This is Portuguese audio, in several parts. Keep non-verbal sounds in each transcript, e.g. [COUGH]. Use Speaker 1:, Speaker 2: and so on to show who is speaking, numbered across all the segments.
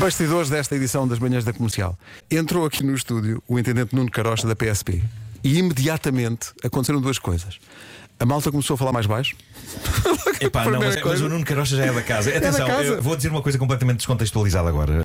Speaker 1: Bastidores desta edição das manhãs da comercial. Entrou aqui no estúdio o intendente Nuno Carocha da PSP e imediatamente aconteceram duas coisas. A malta começou a falar mais baixo.
Speaker 2: Epá, não, mas,
Speaker 1: Primeira coisa.
Speaker 2: mas o Nuno Carocha já é
Speaker 1: [LAUGHS]
Speaker 2: da casa.
Speaker 1: da
Speaker 2: Atenção,
Speaker 1: casa.
Speaker 2: eu vou dizer uma coisa completamente descontextualizada agora.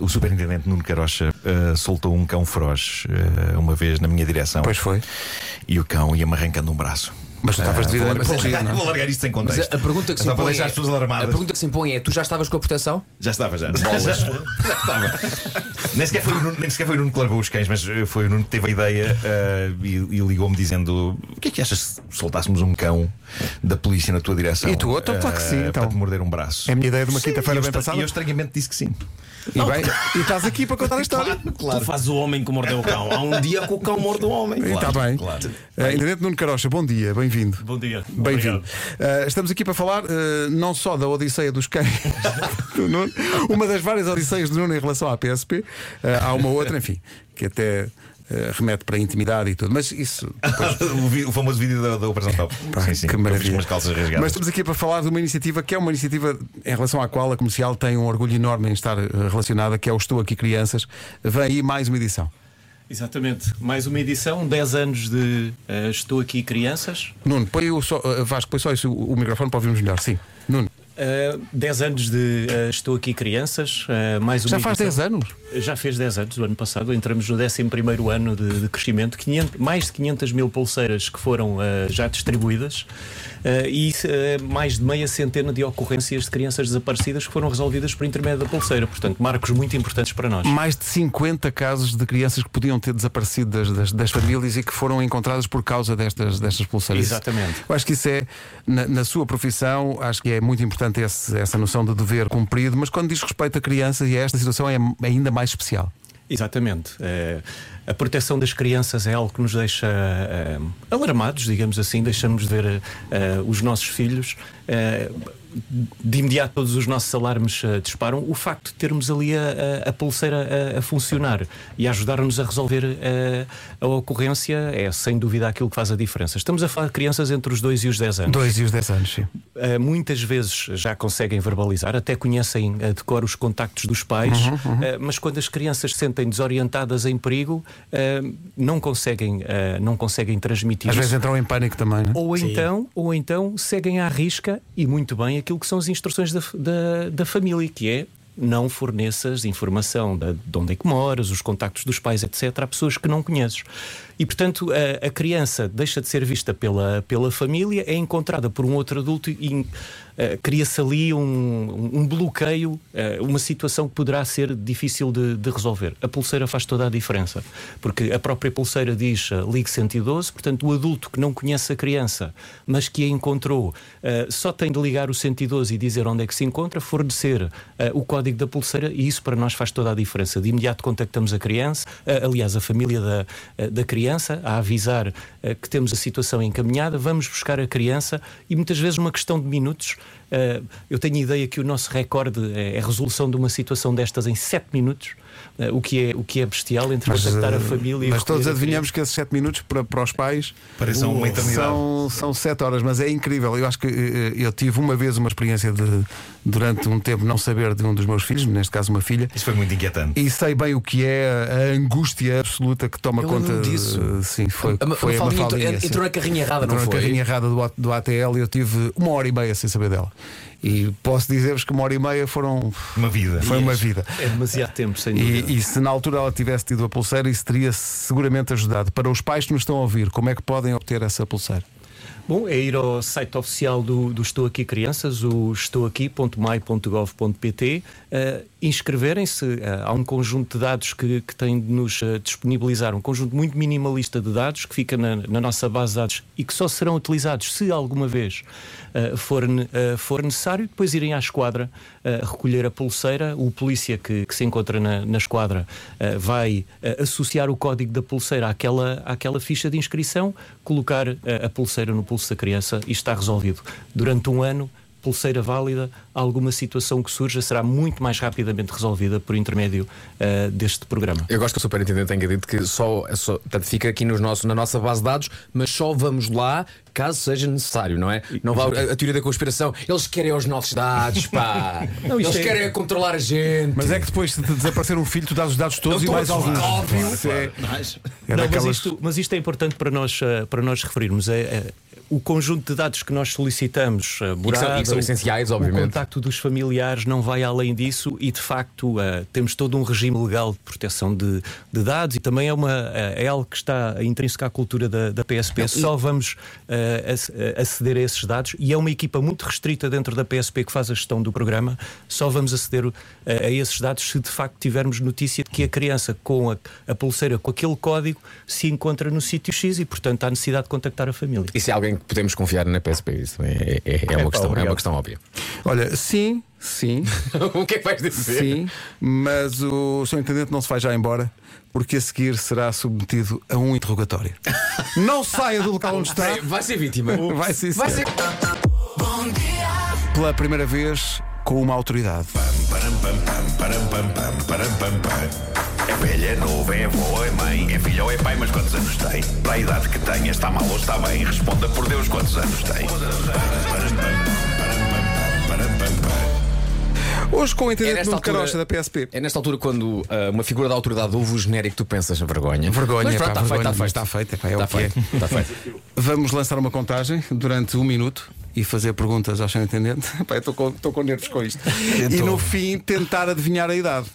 Speaker 2: Uh, o superintendente Nuno Carocha uh, soltou um cão feroz uh, uma vez na minha direção
Speaker 1: Pois foi.
Speaker 2: e o cão ia-me arrancando um braço.
Speaker 1: Mas tu estavas devido a
Speaker 2: [LAUGHS] Vou
Speaker 1: protegido,
Speaker 2: largar,
Speaker 1: não é?
Speaker 2: vou largar isto sem
Speaker 3: Mas
Speaker 2: contexto.
Speaker 3: a, a pergunta que se
Speaker 2: Só
Speaker 1: então
Speaker 2: para
Speaker 3: impõe
Speaker 2: deixar
Speaker 3: é,
Speaker 2: as pessoas alarmadas.
Speaker 3: A pergunta que se impõe é: tu já estavas com a proteção?
Speaker 2: Já estava, já. Já,
Speaker 4: [LAUGHS]
Speaker 3: [LAUGHS]
Speaker 2: já estava. nem, sequer foi o Nuno, nem sequer foi o Nuno que largou os cães, mas eh, foi o Nuno que teve a ideia eh, e, e ligou-me dizendo: O que é que achas se soltássemos um cão da polícia na tua direção?
Speaker 1: E tu, "Oh, então, claro que sim,
Speaker 2: eh,
Speaker 1: então."
Speaker 2: Para te morder um braço.
Speaker 1: É a minha ideia de uma
Speaker 2: Sim,
Speaker 1: quinta-feira
Speaker 2: e eu
Speaker 1: bem
Speaker 2: estra-
Speaker 1: passada.
Speaker 2: E eu estranhamente disse que sim.
Speaker 1: E, bem, [LAUGHS] e estás aqui para [LAUGHS] contar a história.
Speaker 4: Tu fazes o homem que mordeu o cão. Há um dia que o cão morde o homem.
Speaker 1: E Está bem.
Speaker 2: claro.
Speaker 1: Eh, intendente Nuno Carocha, bom dia, bem-vindo.
Speaker 4: Bom dia.
Speaker 1: Bem-vindo.
Speaker 4: Obrigado.
Speaker 1: Eh, estamos aqui para falar eh, não só da Odisseia dos Cães [LAUGHS] do Nuno, uma das várias Odisseias do Nuno em relação à PSP. Eh, há uma outra, enfim, que até eh, remete para a intimidade e tudo. Mas isso.
Speaker 2: [LAUGHS] o, vi- o famoso vídeo da, da Operação Top.
Speaker 1: pá,
Speaker 2: sim, sim.
Speaker 1: que
Speaker 2: eu Fiz
Speaker 1: maravilha.
Speaker 2: umas calças rasgadas.
Speaker 1: Mas estamos aqui para falar de uma iniciativa que é uma iniciativa em relação à qual a comercial tem um orgulho enorme em estar eh, relacionada, que é o Estou Aqui Crianças. Vem aí mais uma edição.
Speaker 4: Exatamente. Mais uma edição, 10 anos de eh, Estou Aqui Crianças.
Speaker 1: Nuno, põe o só, eh, Vasco, põe só isso, o o microfone para ouvirmos melhor. Sim. Nuno,
Speaker 4: Eh, 10 anos de eh, Estou Aqui Crianças. eh, mais uma
Speaker 1: já faz 10
Speaker 4: edição.
Speaker 1: anos.
Speaker 4: Já fez 10 anos, o ano passado. Entramos no 11 ano de, de crescimento. 500 mais de 500 mil pulseiras que foram eh, já distribuídas eh, e eh, mais de meia centena de ocorrências de crianças desaparecidas que foram resolvidas por intermédio da pulseira. Portanto, marcos muito importantes para nós.
Speaker 1: mais de 50 casos de crianças que podiam ter desaparecido das, das, das famílias e que foram encontradas por causa destas, destas pulseiras.
Speaker 4: Exatamente.
Speaker 1: Eu acho que isso é, na, na sua profissão, acho que é muito importante esse- essa noção de dever cumprido, mas quando diz respeito a crianças e a esta situação é ainda mais especial.
Speaker 4: Exatamente. Eh, a proteção das crianças é algo que nos deixa eh, alarmados, digamos assim, deixamos de ver eh, os nossos filhos. Eh, de imediato todos os nossos alarmes eh, disparam. O facto de termos ali a, a- a pulseira a, a funcionar e a ajudar-nos a resolver eh, a ocorrência é sem dúvida aquilo que faz a diferença. Estamos a falar de crianças entre os 2 e os 10 anos.
Speaker 1: Dois e os 10 anos, sim.
Speaker 4: Uh, muitas vezes já conseguem verbalizar, até conhecem uh, de cor os contactos dos pais,
Speaker 1: Uhum,
Speaker 4: uh, mas quando as crianças se sentem desorientadas em perigo, uh, não conseguem, uh, não conseguem transmitir
Speaker 1: Às
Speaker 4: isso.
Speaker 1: vezes entram em pânico também, não é?
Speaker 4: Ou então, ou então seguem à risca e muito bem aquilo que são as instruções da, da, da família, que é não forneças informação da- de onde é que moras, os contactos dos pais, etc., a pessoas que não conheces. E, portanto, a, a criança deixa de ser vista pela, pela família, é encontrada por um outro adulto e eh, cria-se ali um, um- um bloqueio, eh, uma situação que poderá ser difícil de, de resolver. A pulseira faz toda a diferença, porque a própria pulseira diz eh, ligue 112, portanto, o adulto que não conhece a criança, mas que a encontrou, eh, só tem de ligar o 112 e dizer onde é que se encontra, fornecer eh, o código da pulseira e isso para nós faz toda a diferença. De imediato contactamos a criança, eh, aliás, a família da, eh, da criança, a avisar eh, que temos a situação encaminhada, vamos buscar a criança e muitas vezes uma questão de minutos. eh, eu tenho a ideia que o nosso recorde é é a resolução de uma situação destas em 7 minutos, eh, o, que é, o que é bestial entre contactar a família e
Speaker 1: eh, Mas todos
Speaker 4: recolher a
Speaker 1: adivinhamos que esses 7 minutos para, para os pais uh,
Speaker 2: Pareçam uma eternidade.
Speaker 1: são, são 7 horas, mas é incrível. Eu acho que eh, eu tive uma vez uma experiência de durante um tempo não saber de um dos meus filhos, neste caso uma filha,
Speaker 2: Isso foi muito inquietante.
Speaker 1: e sei bem o que é a angústia absoluta que toma
Speaker 3: Eu
Speaker 1: conta
Speaker 3: lembro disso.
Speaker 1: eh, Sim, foi,
Speaker 3: A- a- a
Speaker 1: foi a
Speaker 3: Mafaldinha
Speaker 1: Mafaldinha,
Speaker 3: entrou-
Speaker 1: sim.
Speaker 3: entrou na carrinha errada,
Speaker 1: Entrou
Speaker 3: não
Speaker 1: na
Speaker 3: foi?
Speaker 1: carrinha errada do, A- do ATL e eu tive uma hora e meia sem saber dela. E posso dizer-vos que uma hora e meia foram.
Speaker 2: Uma vida.
Speaker 1: Foi uma vida.
Speaker 4: criança. É demasiado tempo, sem dúvida.
Speaker 1: E, e se na altura ela tivesse tido a pulseira, isso teria seguramente ajudado. Para os pais que nos estão a ouvir, como é que podem obter essa pulseira?
Speaker 4: Bom, é ir ao site oficial do, do Estou Aqui Crianças, o estouaqui.mai.gov.pt, eh, inscreverem-se. eh, há um conjunto de dados que, que tem de nos eh, disponibilizar, um conjunto muito minimalista de dados que fica na, na nossa base de dados e que só serão utilizados se alguma vez eh, for, ne- eh, for necessário. Depois irem à esquadra eh, recolher a pulseira. O polícia que, que se encontra na, na esquadra eh, vai eh, associar o código da pulseira àquela, àquela ficha de inscrição, colocar eh, a pulseira no pulso da criança e está resolvido. Durante um ano, pulseira válida, alguma situação que surja será muito mais rapidamente resolvida por intermédio ah, deste programa.
Speaker 5: Eu gosto que o superintendente tenha dito que só, é só portanto, fica aqui nos nossos, na nossa base de dados, mas só vamos lá caso seja necessário, não é? Não vá a, a teoria da conspiração. Eles querem os nossos dados,
Speaker 1: [LAUGHS]
Speaker 5: pá.
Speaker 4: Não, isto
Speaker 5: Eles
Speaker 4: é-
Speaker 5: querem é controlar a gente.
Speaker 1: Mas é que depois de desaparecer um filho, tu dás os dados todos
Speaker 5: Não
Speaker 1: e mais
Speaker 5: todos,
Speaker 1: alguns.
Speaker 5: óbvio.
Speaker 1: Isso é,
Speaker 2: Mas-
Speaker 1: é
Speaker 4: Não,
Speaker 1: daquelas-
Speaker 4: mas, isto, mas isto é importante para nós, ah, para nós referirmos. É, é, o conjunto de dados que nós solicitamos, ah,
Speaker 5: que são-
Speaker 4: morada,
Speaker 5: e que são
Speaker 4: o-
Speaker 5: essenciais,
Speaker 4: O
Speaker 5: obviamente.
Speaker 4: contacto dos familiares não vai além disso e, de facto, ah, temos todo um regime legal de proteção de, de dados e também é, uma, ah, é algo que está intrínseca à cultura da, da PSP. Só vamos ah, ac- ah, aceder a esses dados e é uma equipa muito restrita dentro da PSP que faz a gestão do programa. Só vamos aceder ah, a esses dados se, de facto, tivermos notícia de que a criança com a, a pulseira, com aquele código, se encontra no sítio X e, portanto, há necessidade de contactar a família.
Speaker 5: E se há é alguém que podemos confiar na PSP, isso também é, é- é uma, questão, é uma questão óbvia. [LAUGHS]
Speaker 1: Olha, sim, sim,
Speaker 5: o que é que vais dizer?
Speaker 1: sim, mas o seu intendente não se vai já embora, porque a seguir será submetido a um
Speaker 5: [LAUGHS]
Speaker 1: interrogatório. Não saia do local onde está.
Speaker 5: Vai ser vítima.
Speaker 1: Vai sim,
Speaker 5: Vai
Speaker 1: senhor.
Speaker 5: ser.
Speaker 1: Pela primeira vez com uma autoridade.
Speaker 6: Param, pam, pam, param, pam, pam, param, pam, pam. É velha, é novo, é avó, é mãe, é filho ou é pai, mas quantos anos tem? Para a idade que tem, está mal ou está bem? Responda por Deus, quantos anos tem? Param, pam, pam, param, pam, pam, param, pam, pam.
Speaker 1: Hoje com o
Speaker 5: É
Speaker 1: intendente
Speaker 5: nesta,
Speaker 1: Nuno
Speaker 5: altura,
Speaker 1: Carocha da PSP.
Speaker 5: é nesta altura quando ah, uma figura da autoridade ouve o genérico, tu pensas vergonha.
Speaker 1: Vergonha,
Speaker 5: Mas pronto,
Speaker 1: pá,
Speaker 5: está
Speaker 1: vergonha,
Speaker 5: feito, está
Speaker 1: mas
Speaker 5: feito.
Speaker 1: está feito, é pá, é
Speaker 5: Está
Speaker 1: o que é.
Speaker 5: feito, está
Speaker 1: [LAUGHS]
Speaker 5: feito.
Speaker 1: Vamos lançar uma contagem durante um minuto e fazer perguntas ao seu intendente. Pá, eu Estou com, estou com nervos com isto. E no fim tentar adivinhar a idade.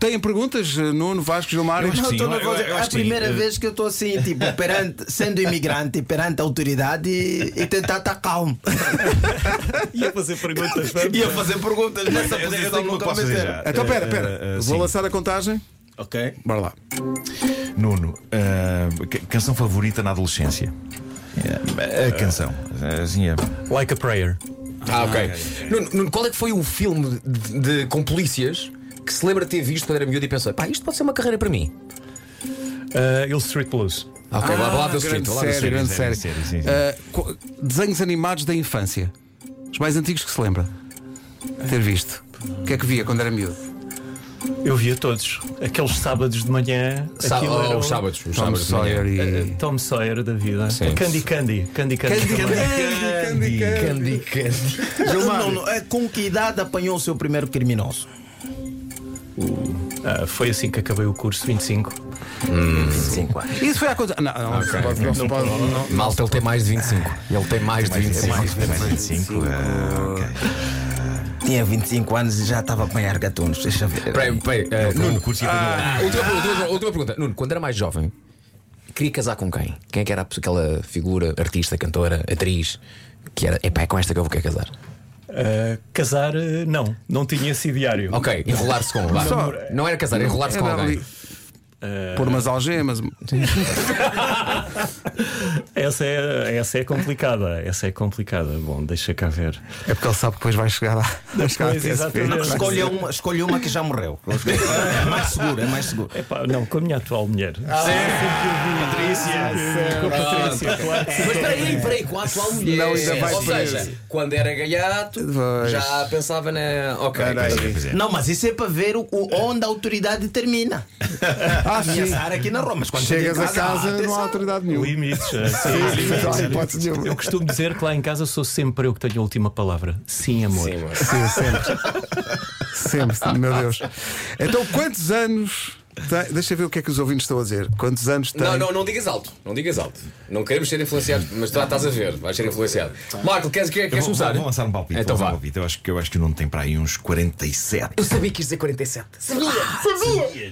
Speaker 1: Têm perguntas, Nuno, Vasco, Gilmar?
Speaker 2: Eu acho que
Speaker 7: Não,
Speaker 2: sim,
Speaker 7: estou nervoso.
Speaker 2: eu- eu
Speaker 7: é
Speaker 2: acho
Speaker 7: a
Speaker 2: que sim.
Speaker 7: primeira
Speaker 2: Eh,
Speaker 7: vez que eu estou assim, tipo,
Speaker 2: [LAUGHS]
Speaker 7: perante, sendo imigrante, perante a autoridade e, e tentar estar calmo.
Speaker 4: [LAUGHS] [LAUGHS] Ia fazer perguntas,
Speaker 7: E a fazer perguntas nessa
Speaker 2: Eu- eu- eu
Speaker 7: posição
Speaker 2: tenho uma
Speaker 7: nunca
Speaker 2: posso
Speaker 7: me
Speaker 2: dizer
Speaker 7: deram.
Speaker 2: já.
Speaker 1: Então,
Speaker 2: Eh,
Speaker 1: pera,
Speaker 2: eh,
Speaker 1: pera.
Speaker 2: eh,
Speaker 1: Vou
Speaker 2: sim.
Speaker 1: lançar a contagem.
Speaker 7: Ok.
Speaker 1: Bora lá.
Speaker 2: Nuno, ah, ca- canção favorita na adolescência?
Speaker 7: Eh,
Speaker 2: A canção. Assim, é-
Speaker 4: Like a prayer.
Speaker 5: Ah, ok. Nuno, Nuno, qual é que foi o filme de, de- com polícias que se lembra de ter visto quando era miúdo e pensou, pá, isto pode ser uma carreira para mim?
Speaker 4: Ah, Hill Street Blues.
Speaker 5: Ah, Ok, lá, lá deu
Speaker 1: grande
Speaker 5: escrito, lá deu
Speaker 1: série,
Speaker 5: escrito.
Speaker 1: grande série.
Speaker 2: série, série, sim, sim.
Speaker 1: Eh, qu- desenhos animados da infância. Os mais antigos que se lembra de ter visto. O que é que via quando era miúdo?
Speaker 4: Eu via todos. Aqueles sábados de manhã.
Speaker 5: Sá-
Speaker 4: aquilo era
Speaker 5: oh,
Speaker 4: um-
Speaker 5: os sábados, os
Speaker 1: Tom
Speaker 5: sábados. de manhã.
Speaker 1: Sawyer
Speaker 4: eh,
Speaker 1: e.
Speaker 4: Tom Sawyer da vida.
Speaker 5: Sim.
Speaker 4: Candy Candy. Candy Candy. também.
Speaker 1: Candy, Candy.
Speaker 5: Candy, candy.
Speaker 7: Não, não, não, é, com que idade apanhou o seu primeiro criminoso?
Speaker 4: Ah, foi assim que acabei o curso, 25.
Speaker 1: Isso foi a coisa. Não, não, não, pode- não, se pode- não,
Speaker 5: Malta, ele tem mais de 25. Ele tem mais de 25.
Speaker 2: É mais 25. ah, ok.
Speaker 7: Tinha 25 anos e já estava a apanhar gatunos. Deixa ver.
Speaker 5: Peraí, peraí, eh, Nuno,
Speaker 2: O curso ia ter um-
Speaker 5: Ah. última, pergunta, última- última pergunta. Nuno, quando era mais jovem, queria casar com quem? Quem é que era a pessoa- aquela figura, artista, cantora, atriz, que era, epá, é com esta que eu vou querer casar?
Speaker 4: Ah, casar, eh, não. Não tinha esse diário.
Speaker 5: Ok, enrolar-se com, vá.
Speaker 1: Só-
Speaker 5: Não era casar, enrolar-se com
Speaker 1: Era
Speaker 5: alguém.
Speaker 1: ali. Pôr umas algemas.
Speaker 4: Essa é, essa é complicada. Essa é complicada. Bom, deixa cá ver.
Speaker 1: É porque ele sabe que depois vai chegar lá. Vai chegar à
Speaker 4: Pois,
Speaker 1: PSP.
Speaker 4: exatamente.
Speaker 7: Escolha uma, escolha uma que já
Speaker 4: [LAUGHS]
Speaker 7: morreu. É mais seguro, é mais seguro. Ah,
Speaker 4: Epá, não, com a minha atual mulher. Patrícia. Com a Patrícia, claro. que sim.
Speaker 5: Mas espera aí, espera aí, com a atual mulher.
Speaker 1: Não, ainda vai
Speaker 5: Ou
Speaker 1: preso.
Speaker 5: seja, quando era gaiato,
Speaker 1: Pois.
Speaker 5: já pensava na. Ok,
Speaker 1: ah,
Speaker 2: Pois é.
Speaker 7: Não, mas isso é para ver o, o- onde a autoridade termina.
Speaker 1: Ah,
Speaker 7: Minha
Speaker 1: sim.
Speaker 7: Sara aqui na Roma. mas quando
Speaker 1: Chegas
Speaker 7: chego
Speaker 1: a casa, não há
Speaker 7: atenção.
Speaker 1: autoridade nenhuma.
Speaker 4: Limites. eh, sim.
Speaker 1: Não há hipótese nenhuma.
Speaker 4: Eu costumo dizer que lá em casa sou sempre eu que tenho a última palavra. Sim, amor.
Speaker 1: Sim, sempre. sempre, meu Deus. Então, quantos anos. Tem... Deixa eu ver o que é que os ouvintes estão a dizer. Quantos anos tem?
Speaker 5: Não, não, não digas alto, não digas alto. Não queremos ser influenciados, mas tu estás a ver, vais ser influenciado. Marco, queres, queres,
Speaker 2: Eu
Speaker 5: queres
Speaker 2: vou,
Speaker 5: começar?
Speaker 2: vou lançar um palpite.
Speaker 5: Então
Speaker 2: vou lançar
Speaker 5: vá.
Speaker 2: um palpite. Eu acho que eu acho que o Nuno tem para aí uns 47.
Speaker 5: Eu sabia que ias dizer 47.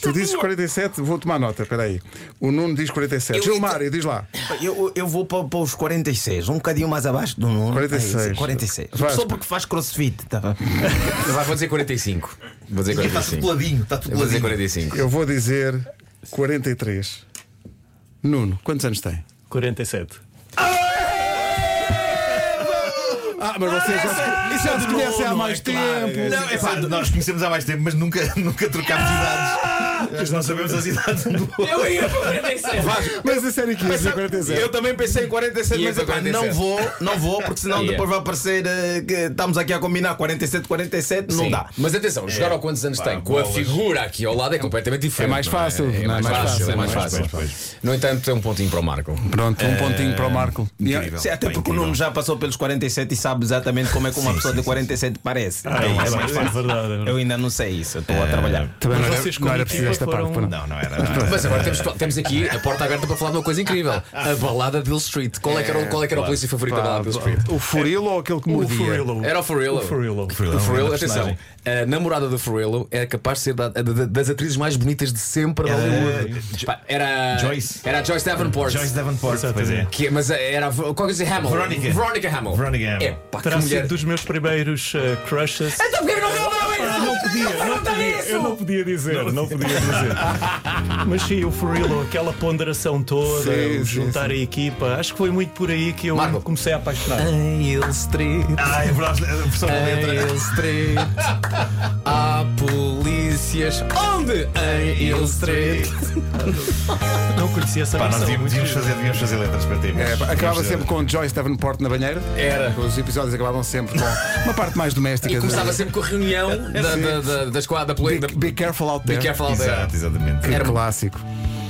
Speaker 1: Tu dizes 47, vou tomar nota, espera aí. O Nuno diz 47.
Speaker 5: Eu-
Speaker 1: Gilmário, diz lá.
Speaker 7: Eu, eu vou para, para os 46, um bocadinho mais abaixo do número.
Speaker 1: 46.
Speaker 7: É isso, 46.
Speaker 1: Vai.
Speaker 7: Só porque faz crossfit. Tá?
Speaker 5: Vai, vou dizer 45. Vou dizer
Speaker 2: Está tudo
Speaker 5: 45.
Speaker 2: peladinho, está tudo
Speaker 5: Eu vou dizer
Speaker 2: peladinho.
Speaker 5: 45.
Speaker 1: Eu vou dizer 43. Nuno, quantos anos tem?
Speaker 4: 47.
Speaker 1: Ah, é mas vocês já se, já se conhecem há mais tempo.
Speaker 2: é [LAUGHS] Não, é pá, nós conhecemos há mais tempo, mas nunca, nunca trocámos idades. Mas não sabemos as idades um do outro.
Speaker 3: Eu ia para
Speaker 1: É,
Speaker 3: 47.
Speaker 1: Mas a série 15 e 47.
Speaker 8: Eu também pensei em 47,
Speaker 7: E
Speaker 8: mas
Speaker 5: é
Speaker 7: eu, pá,
Speaker 8: epá,
Speaker 7: não vou, não vou, porque senão
Speaker 8: Yeah.
Speaker 7: depois vai aparecer eh, que estamos aqui a combinar 47, 47, não
Speaker 5: Sim.
Speaker 7: dá.
Speaker 5: Mas atenção, jogar ao quantos anos tem, com
Speaker 2: bolas.
Speaker 5: a figura aqui ao lado é completamente diferente.
Speaker 1: É mais
Speaker 5: não é?
Speaker 1: fácil,
Speaker 5: É,
Speaker 1: não é?
Speaker 5: mais,
Speaker 1: Mais
Speaker 5: fácil,
Speaker 1: fácil,
Speaker 5: é mais
Speaker 2: pois,
Speaker 5: fácil.
Speaker 2: pois, pois.
Speaker 5: No entanto, é um pontinho para o Marco. Eh,
Speaker 1: Pronto, um pontinho para o Marco. E-
Speaker 2: Incrível.
Speaker 7: Sim, até
Speaker 2: Pá,
Speaker 7: porque o
Speaker 2: incrível.
Speaker 7: Nuno já passou pelos 47 e sabe exatamente como é que uma pessoa de 47 parece.
Speaker 2: É
Speaker 7: Então,
Speaker 2: isso, é isso, é verdade. é verdade.
Speaker 7: Eu ainda não sei isso, eu estou a trabalhar.
Speaker 1: Também não
Speaker 4: Mas
Speaker 1: era,
Speaker 4: vocês
Speaker 1: não era
Speaker 4: com
Speaker 1: preciso esta
Speaker 4: equipa
Speaker 1: parte.
Speaker 4: foram-
Speaker 1: pá, não.
Speaker 2: Não, não era. não era.
Speaker 5: Mas agora temos, temos aqui a porta aberta para falar de uma coisa incrível: a balada de Hill Street. Qual é que era, o- qual é que era o polícia favorito da balada de Hill Street?
Speaker 1: O Furilo ou aquele que mordia?
Speaker 5: Era o Farillo.
Speaker 4: O Farillo.
Speaker 5: O
Speaker 2: é um
Speaker 5: Farillo,
Speaker 2: grande
Speaker 5: atenção,
Speaker 2: personagem.
Speaker 5: a namorada do Farillo era capaz de ser da- da- da- das atrizes mais bonitas de sempre de Hollywood. Pá, Era
Speaker 2: Joyce.
Speaker 5: Era a Joyce Davenport.
Speaker 2: Joyce Davenport, pois é.
Speaker 5: Que, mas era. a- Qual que é que se Hamill?
Speaker 2: Veronica.
Speaker 5: Veronica Hamill.
Speaker 2: Veronica Hamill.
Speaker 5: É, pá, que
Speaker 4: Terá
Speaker 5: mulher.
Speaker 4: sido dos meus primeiros eh, crushes.
Speaker 5: Então porquê que não
Speaker 4: Ah,
Speaker 5: revelou
Speaker 4: Não podia, não podia, eu não podia dizer, não podia dizer. Mas sim, o Furillo, aquela ponderação toda,
Speaker 1: Sim,
Speaker 4: o
Speaker 1: sim,
Speaker 4: juntar a equipa, acho que foi muito por aí que eu
Speaker 5: Marco.
Speaker 4: me comecei a apaixonar.
Speaker 5: Em Hill Street.
Speaker 2: Ah, é verdade, a versão da letra.
Speaker 5: Em Hill Street Há polícias Onde? Em Hill Street
Speaker 4: Não conhecia essa
Speaker 2: Pá, nós
Speaker 4: versão.
Speaker 2: devíamos, devíamos fazer, devíamos fazer letras para ti.
Speaker 1: É,
Speaker 2: mas
Speaker 1: pá,
Speaker 2: devíamos
Speaker 1: acabava
Speaker 2: fazer-
Speaker 1: sempre com Joyce Davenport na banheira.
Speaker 5: Era.
Speaker 1: Os episódios acabavam sempre com uma parte mais doméstica.
Speaker 5: E
Speaker 1: de-
Speaker 5: começava sempre com a reunião Da, da, da, da esquadra da
Speaker 1: Be,
Speaker 5: polícia
Speaker 1: be careful out there.
Speaker 5: Be careful out there
Speaker 2: Exato, exatamente.
Speaker 1: Que
Speaker 5: Era-
Speaker 1: clássico.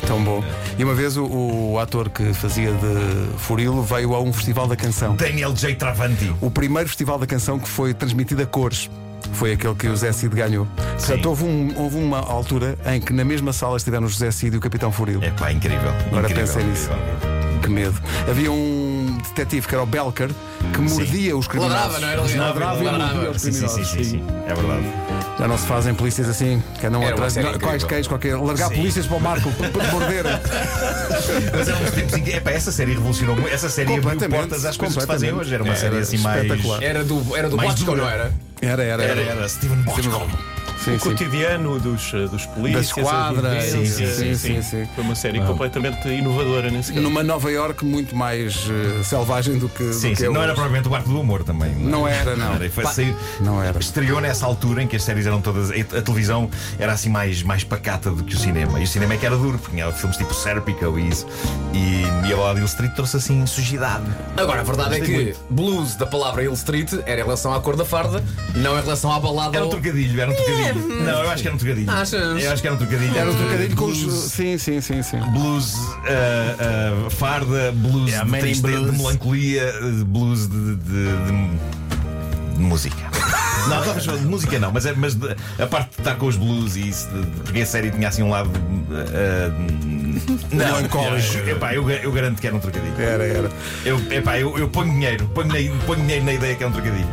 Speaker 1: Tão bom. E uma vez o, o ator que fazia de Furilo veio a um festival da canção.
Speaker 2: Daniel J. Travanti.
Speaker 1: O primeiro festival da canção que foi transmitido a cores. Foi aquele que o Zé Cid ganhou. Portanto, houve, um- houve uma altura em que na mesma sala estiveram o José Cid e o Capitão Furilo.
Speaker 2: É pá, incrível.
Speaker 1: Agora
Speaker 2: incrível,
Speaker 1: pensei nisso.
Speaker 2: incrível.
Speaker 1: Que medo. Havia um detetive que era o Belker que mordia os criminosos.
Speaker 5: Ladrava, não era?
Speaker 1: Ladrava e mordia os
Speaker 2: Sim, sim, sim,
Speaker 1: criminosos.
Speaker 2: sim, sim. É verdade.
Speaker 1: Já não se fazem polícias assim, que andam
Speaker 5: Era uma
Speaker 1: atrás.
Speaker 5: série
Speaker 1: Não,
Speaker 5: incrível.
Speaker 1: Quais cães, qualquer. Largar polícias para o Marco, para te morderem.
Speaker 2: Mas há uns tempos em que. Epá, essa série revolucionou muito. Essa série abriu
Speaker 1: Completamente,
Speaker 2: portas às coisas que se fazem
Speaker 1: completamente.
Speaker 2: hoje. Era uma
Speaker 1: Era
Speaker 2: série assim mais.
Speaker 1: espetacular.
Speaker 5: Era do, era do
Speaker 2: Mais
Speaker 5: Bosco,
Speaker 2: dura.
Speaker 5: não era?
Speaker 1: Era, era,
Speaker 2: Era,
Speaker 1: era.
Speaker 2: era Steven Bosco.
Speaker 1: Sim,
Speaker 4: O
Speaker 1: sim.
Speaker 4: cotidiano dos, eh, dos
Speaker 1: Da
Speaker 4: polícias.
Speaker 1: esquadra.
Speaker 4: as
Speaker 1: Sim,
Speaker 4: vivências.
Speaker 1: sim, sim, sim, sim.
Speaker 4: Foi uma série completamente inovadora nesse caso.
Speaker 1: Numa Nova York muito mais eh, selvagem do que.
Speaker 2: Sim,
Speaker 1: do que é
Speaker 2: sim. Não
Speaker 1: hoje.
Speaker 2: era propriamente o barco do humor também. é?
Speaker 1: Não era, não.
Speaker 2: Foi saiu-
Speaker 1: Não era.
Speaker 2: Estreou nessa altura em que as séries eram todas. A televisão era assim mais, mais pacata do que o cinema. E o cinema é que era duro, porque tinha filmes tipo Serpico e isso. E, e a Lado Street trouxe assim sujidade.
Speaker 5: Agora, a verdade é que blues da palavra Hill Street era em relação à cor da farda, não em relação à balada.
Speaker 2: Era um
Speaker 5: ou-
Speaker 2: trocadilho, era um trocadilho. Não, eu acho que era um trocadilho.
Speaker 5: Oh. Achas?
Speaker 2: Eu acho que era um trocadilho.
Speaker 1: Era um trocadilho com os. Sim, sim, sim, sim.
Speaker 2: Blues, ah, ah, farda, blues
Speaker 1: É
Speaker 7: Yeah,
Speaker 2: de,
Speaker 7: Man in
Speaker 2: tristeza,
Speaker 7: Blues.
Speaker 2: de melancolia, eh, blues de, de- de- de música. Não, estávamos falando de música não, mas, é- mas de- a parte de estar com os blues e isso, de- de- porque a série tinha assim um lado. ah, não,
Speaker 1: Melancólico.
Speaker 2: eu- Epá, eu, eu garanto que era um trocadilho.
Speaker 1: Era, era.
Speaker 2: Eu, epá, eu, eu ponho dinheiro, ponho, dinheiro- ponho dinheiro na ideia que é um trocadilho.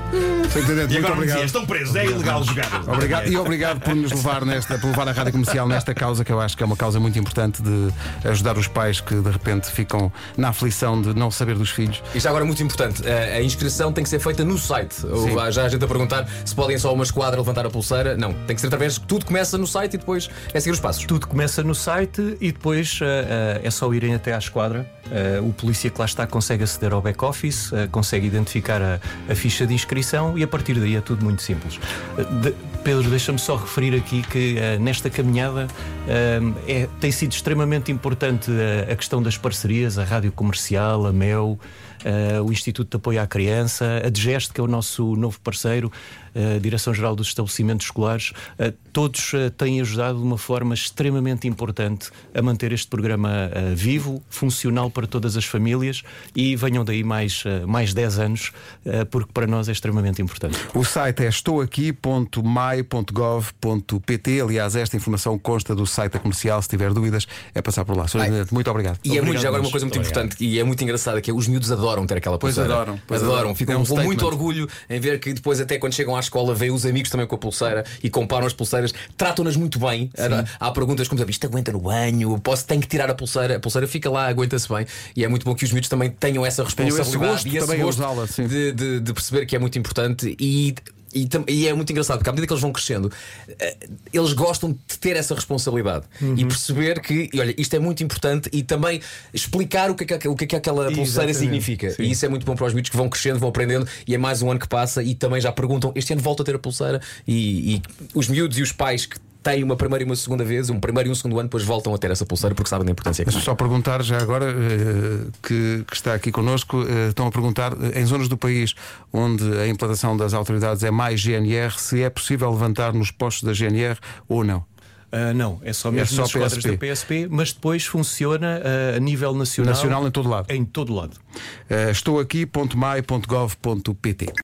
Speaker 1: Superintendente,
Speaker 2: E
Speaker 1: muito
Speaker 2: agora me
Speaker 1: obrigado.
Speaker 2: diziam, estão presos, é ilegal jogar.
Speaker 1: Obrigado, e obrigado por nos levar nesta, por levar a Rádio Comercial nesta causa, que eu acho que é uma causa muito importante de ajudar os pais que de repente ficam na aflição de não saber dos filhos.
Speaker 5: E já agora muito importante, a, a inscrição tem que ser feita no site. Ou há já a gente a perguntar se podem só uma esquadra levantar a pulseira. Não, tem que ser através. Tudo começa no site e depois é seguir os passos.
Speaker 4: Tudo começa no site e depois ah, ah, é só irem até à esquadra. Ah, o polícia que lá está consegue aceder ao back-office, consegue identificar a, a ficha de inscrição e a partir daí é tudo muito simples. Ah, de- Pedro, deixa-me só referir aqui que ah, nesta caminhada ah, é- tem sido extremamente importante ah, a questão das parcerias, a rádio comercial, a MEU. ah, o Instituto de Apoio à Criança, a DGEST, que é o nosso novo parceiro, a Direção-Geral dos Estabelecimentos Escolares, eh, todos eh, têm ajudado de uma forma extremamente importante a manter este programa eh, vivo, funcional para todas as famílias e venham daí mais, eh, mais 10 anos, eh, porque para nós é extremamente importante.
Speaker 1: O site é estouaqui.mai.gov.pt. Aliás, esta informação consta do site da comercial. Se tiver dúvidas, é passar por lá. Superintendente, muito obrigado.
Speaker 5: E é muito, já agora uma coisa muito importante e é muito engraçada que é os miúdos adoram ter aquela
Speaker 1: Pois
Speaker 5: pulseira.
Speaker 1: adoram, pois
Speaker 5: adoram.
Speaker 1: adoram.
Speaker 5: Ficam
Speaker 1: É um
Speaker 5: com muito
Speaker 1: statement.
Speaker 5: orgulho em ver que depois, até quando chegam à escola, veem os amigos também com a pulseira e comparam as pulseiras, tratam-nas muito bem. Há perguntas como por exemplo, isto aguenta no banho, posso, tenho que tirar a pulseira, a pulseira fica lá, aguenta-se bem. E é muito bom que os miúdos também tenham
Speaker 1: esse
Speaker 5: essa responsabilidade
Speaker 1: gosto
Speaker 5: e esse
Speaker 1: também a
Speaker 5: gosto
Speaker 1: usá-la, sim.
Speaker 5: de, de- de perceber que é muito importante e. E, tam- e é muito engraçado porque à medida que eles vão crescendo, eh, eles gostam de ter essa responsabilidade
Speaker 1: Uhum.
Speaker 5: e perceber que, e olha, isto é muito importante e também explicar o que é que, o que, é que aquela pulseira
Speaker 1: Exatamente,
Speaker 5: significa. E isso é muito bom para os miúdos que vão crescendo, vão aprendendo e é mais um ano que passa e também já perguntam: este ano volto a ter a pulseira? E, e os miúdos e os pais que têm uma primeira e uma segunda vez, um primeiro e um segundo ano, depois voltam a ter essa pulseira porque sabem da importância que tem.
Speaker 1: Só perguntar já agora, eh, que, que está aqui connosco, eh, estão a perguntar eh, em zonas do país onde a implantação das autoridades é mais GNR, se é possível levantar nos postos da GNR ou não.
Speaker 4: Ah, não, é só mesmo
Speaker 1: só
Speaker 4: nas quadras
Speaker 1: PSP.
Speaker 4: da PSP, mas depois funciona ah, a nível nacional.
Speaker 1: Nacional em todo lado.
Speaker 4: Em todo lado.
Speaker 1: Eh, Estou aqui.mai.gov.pt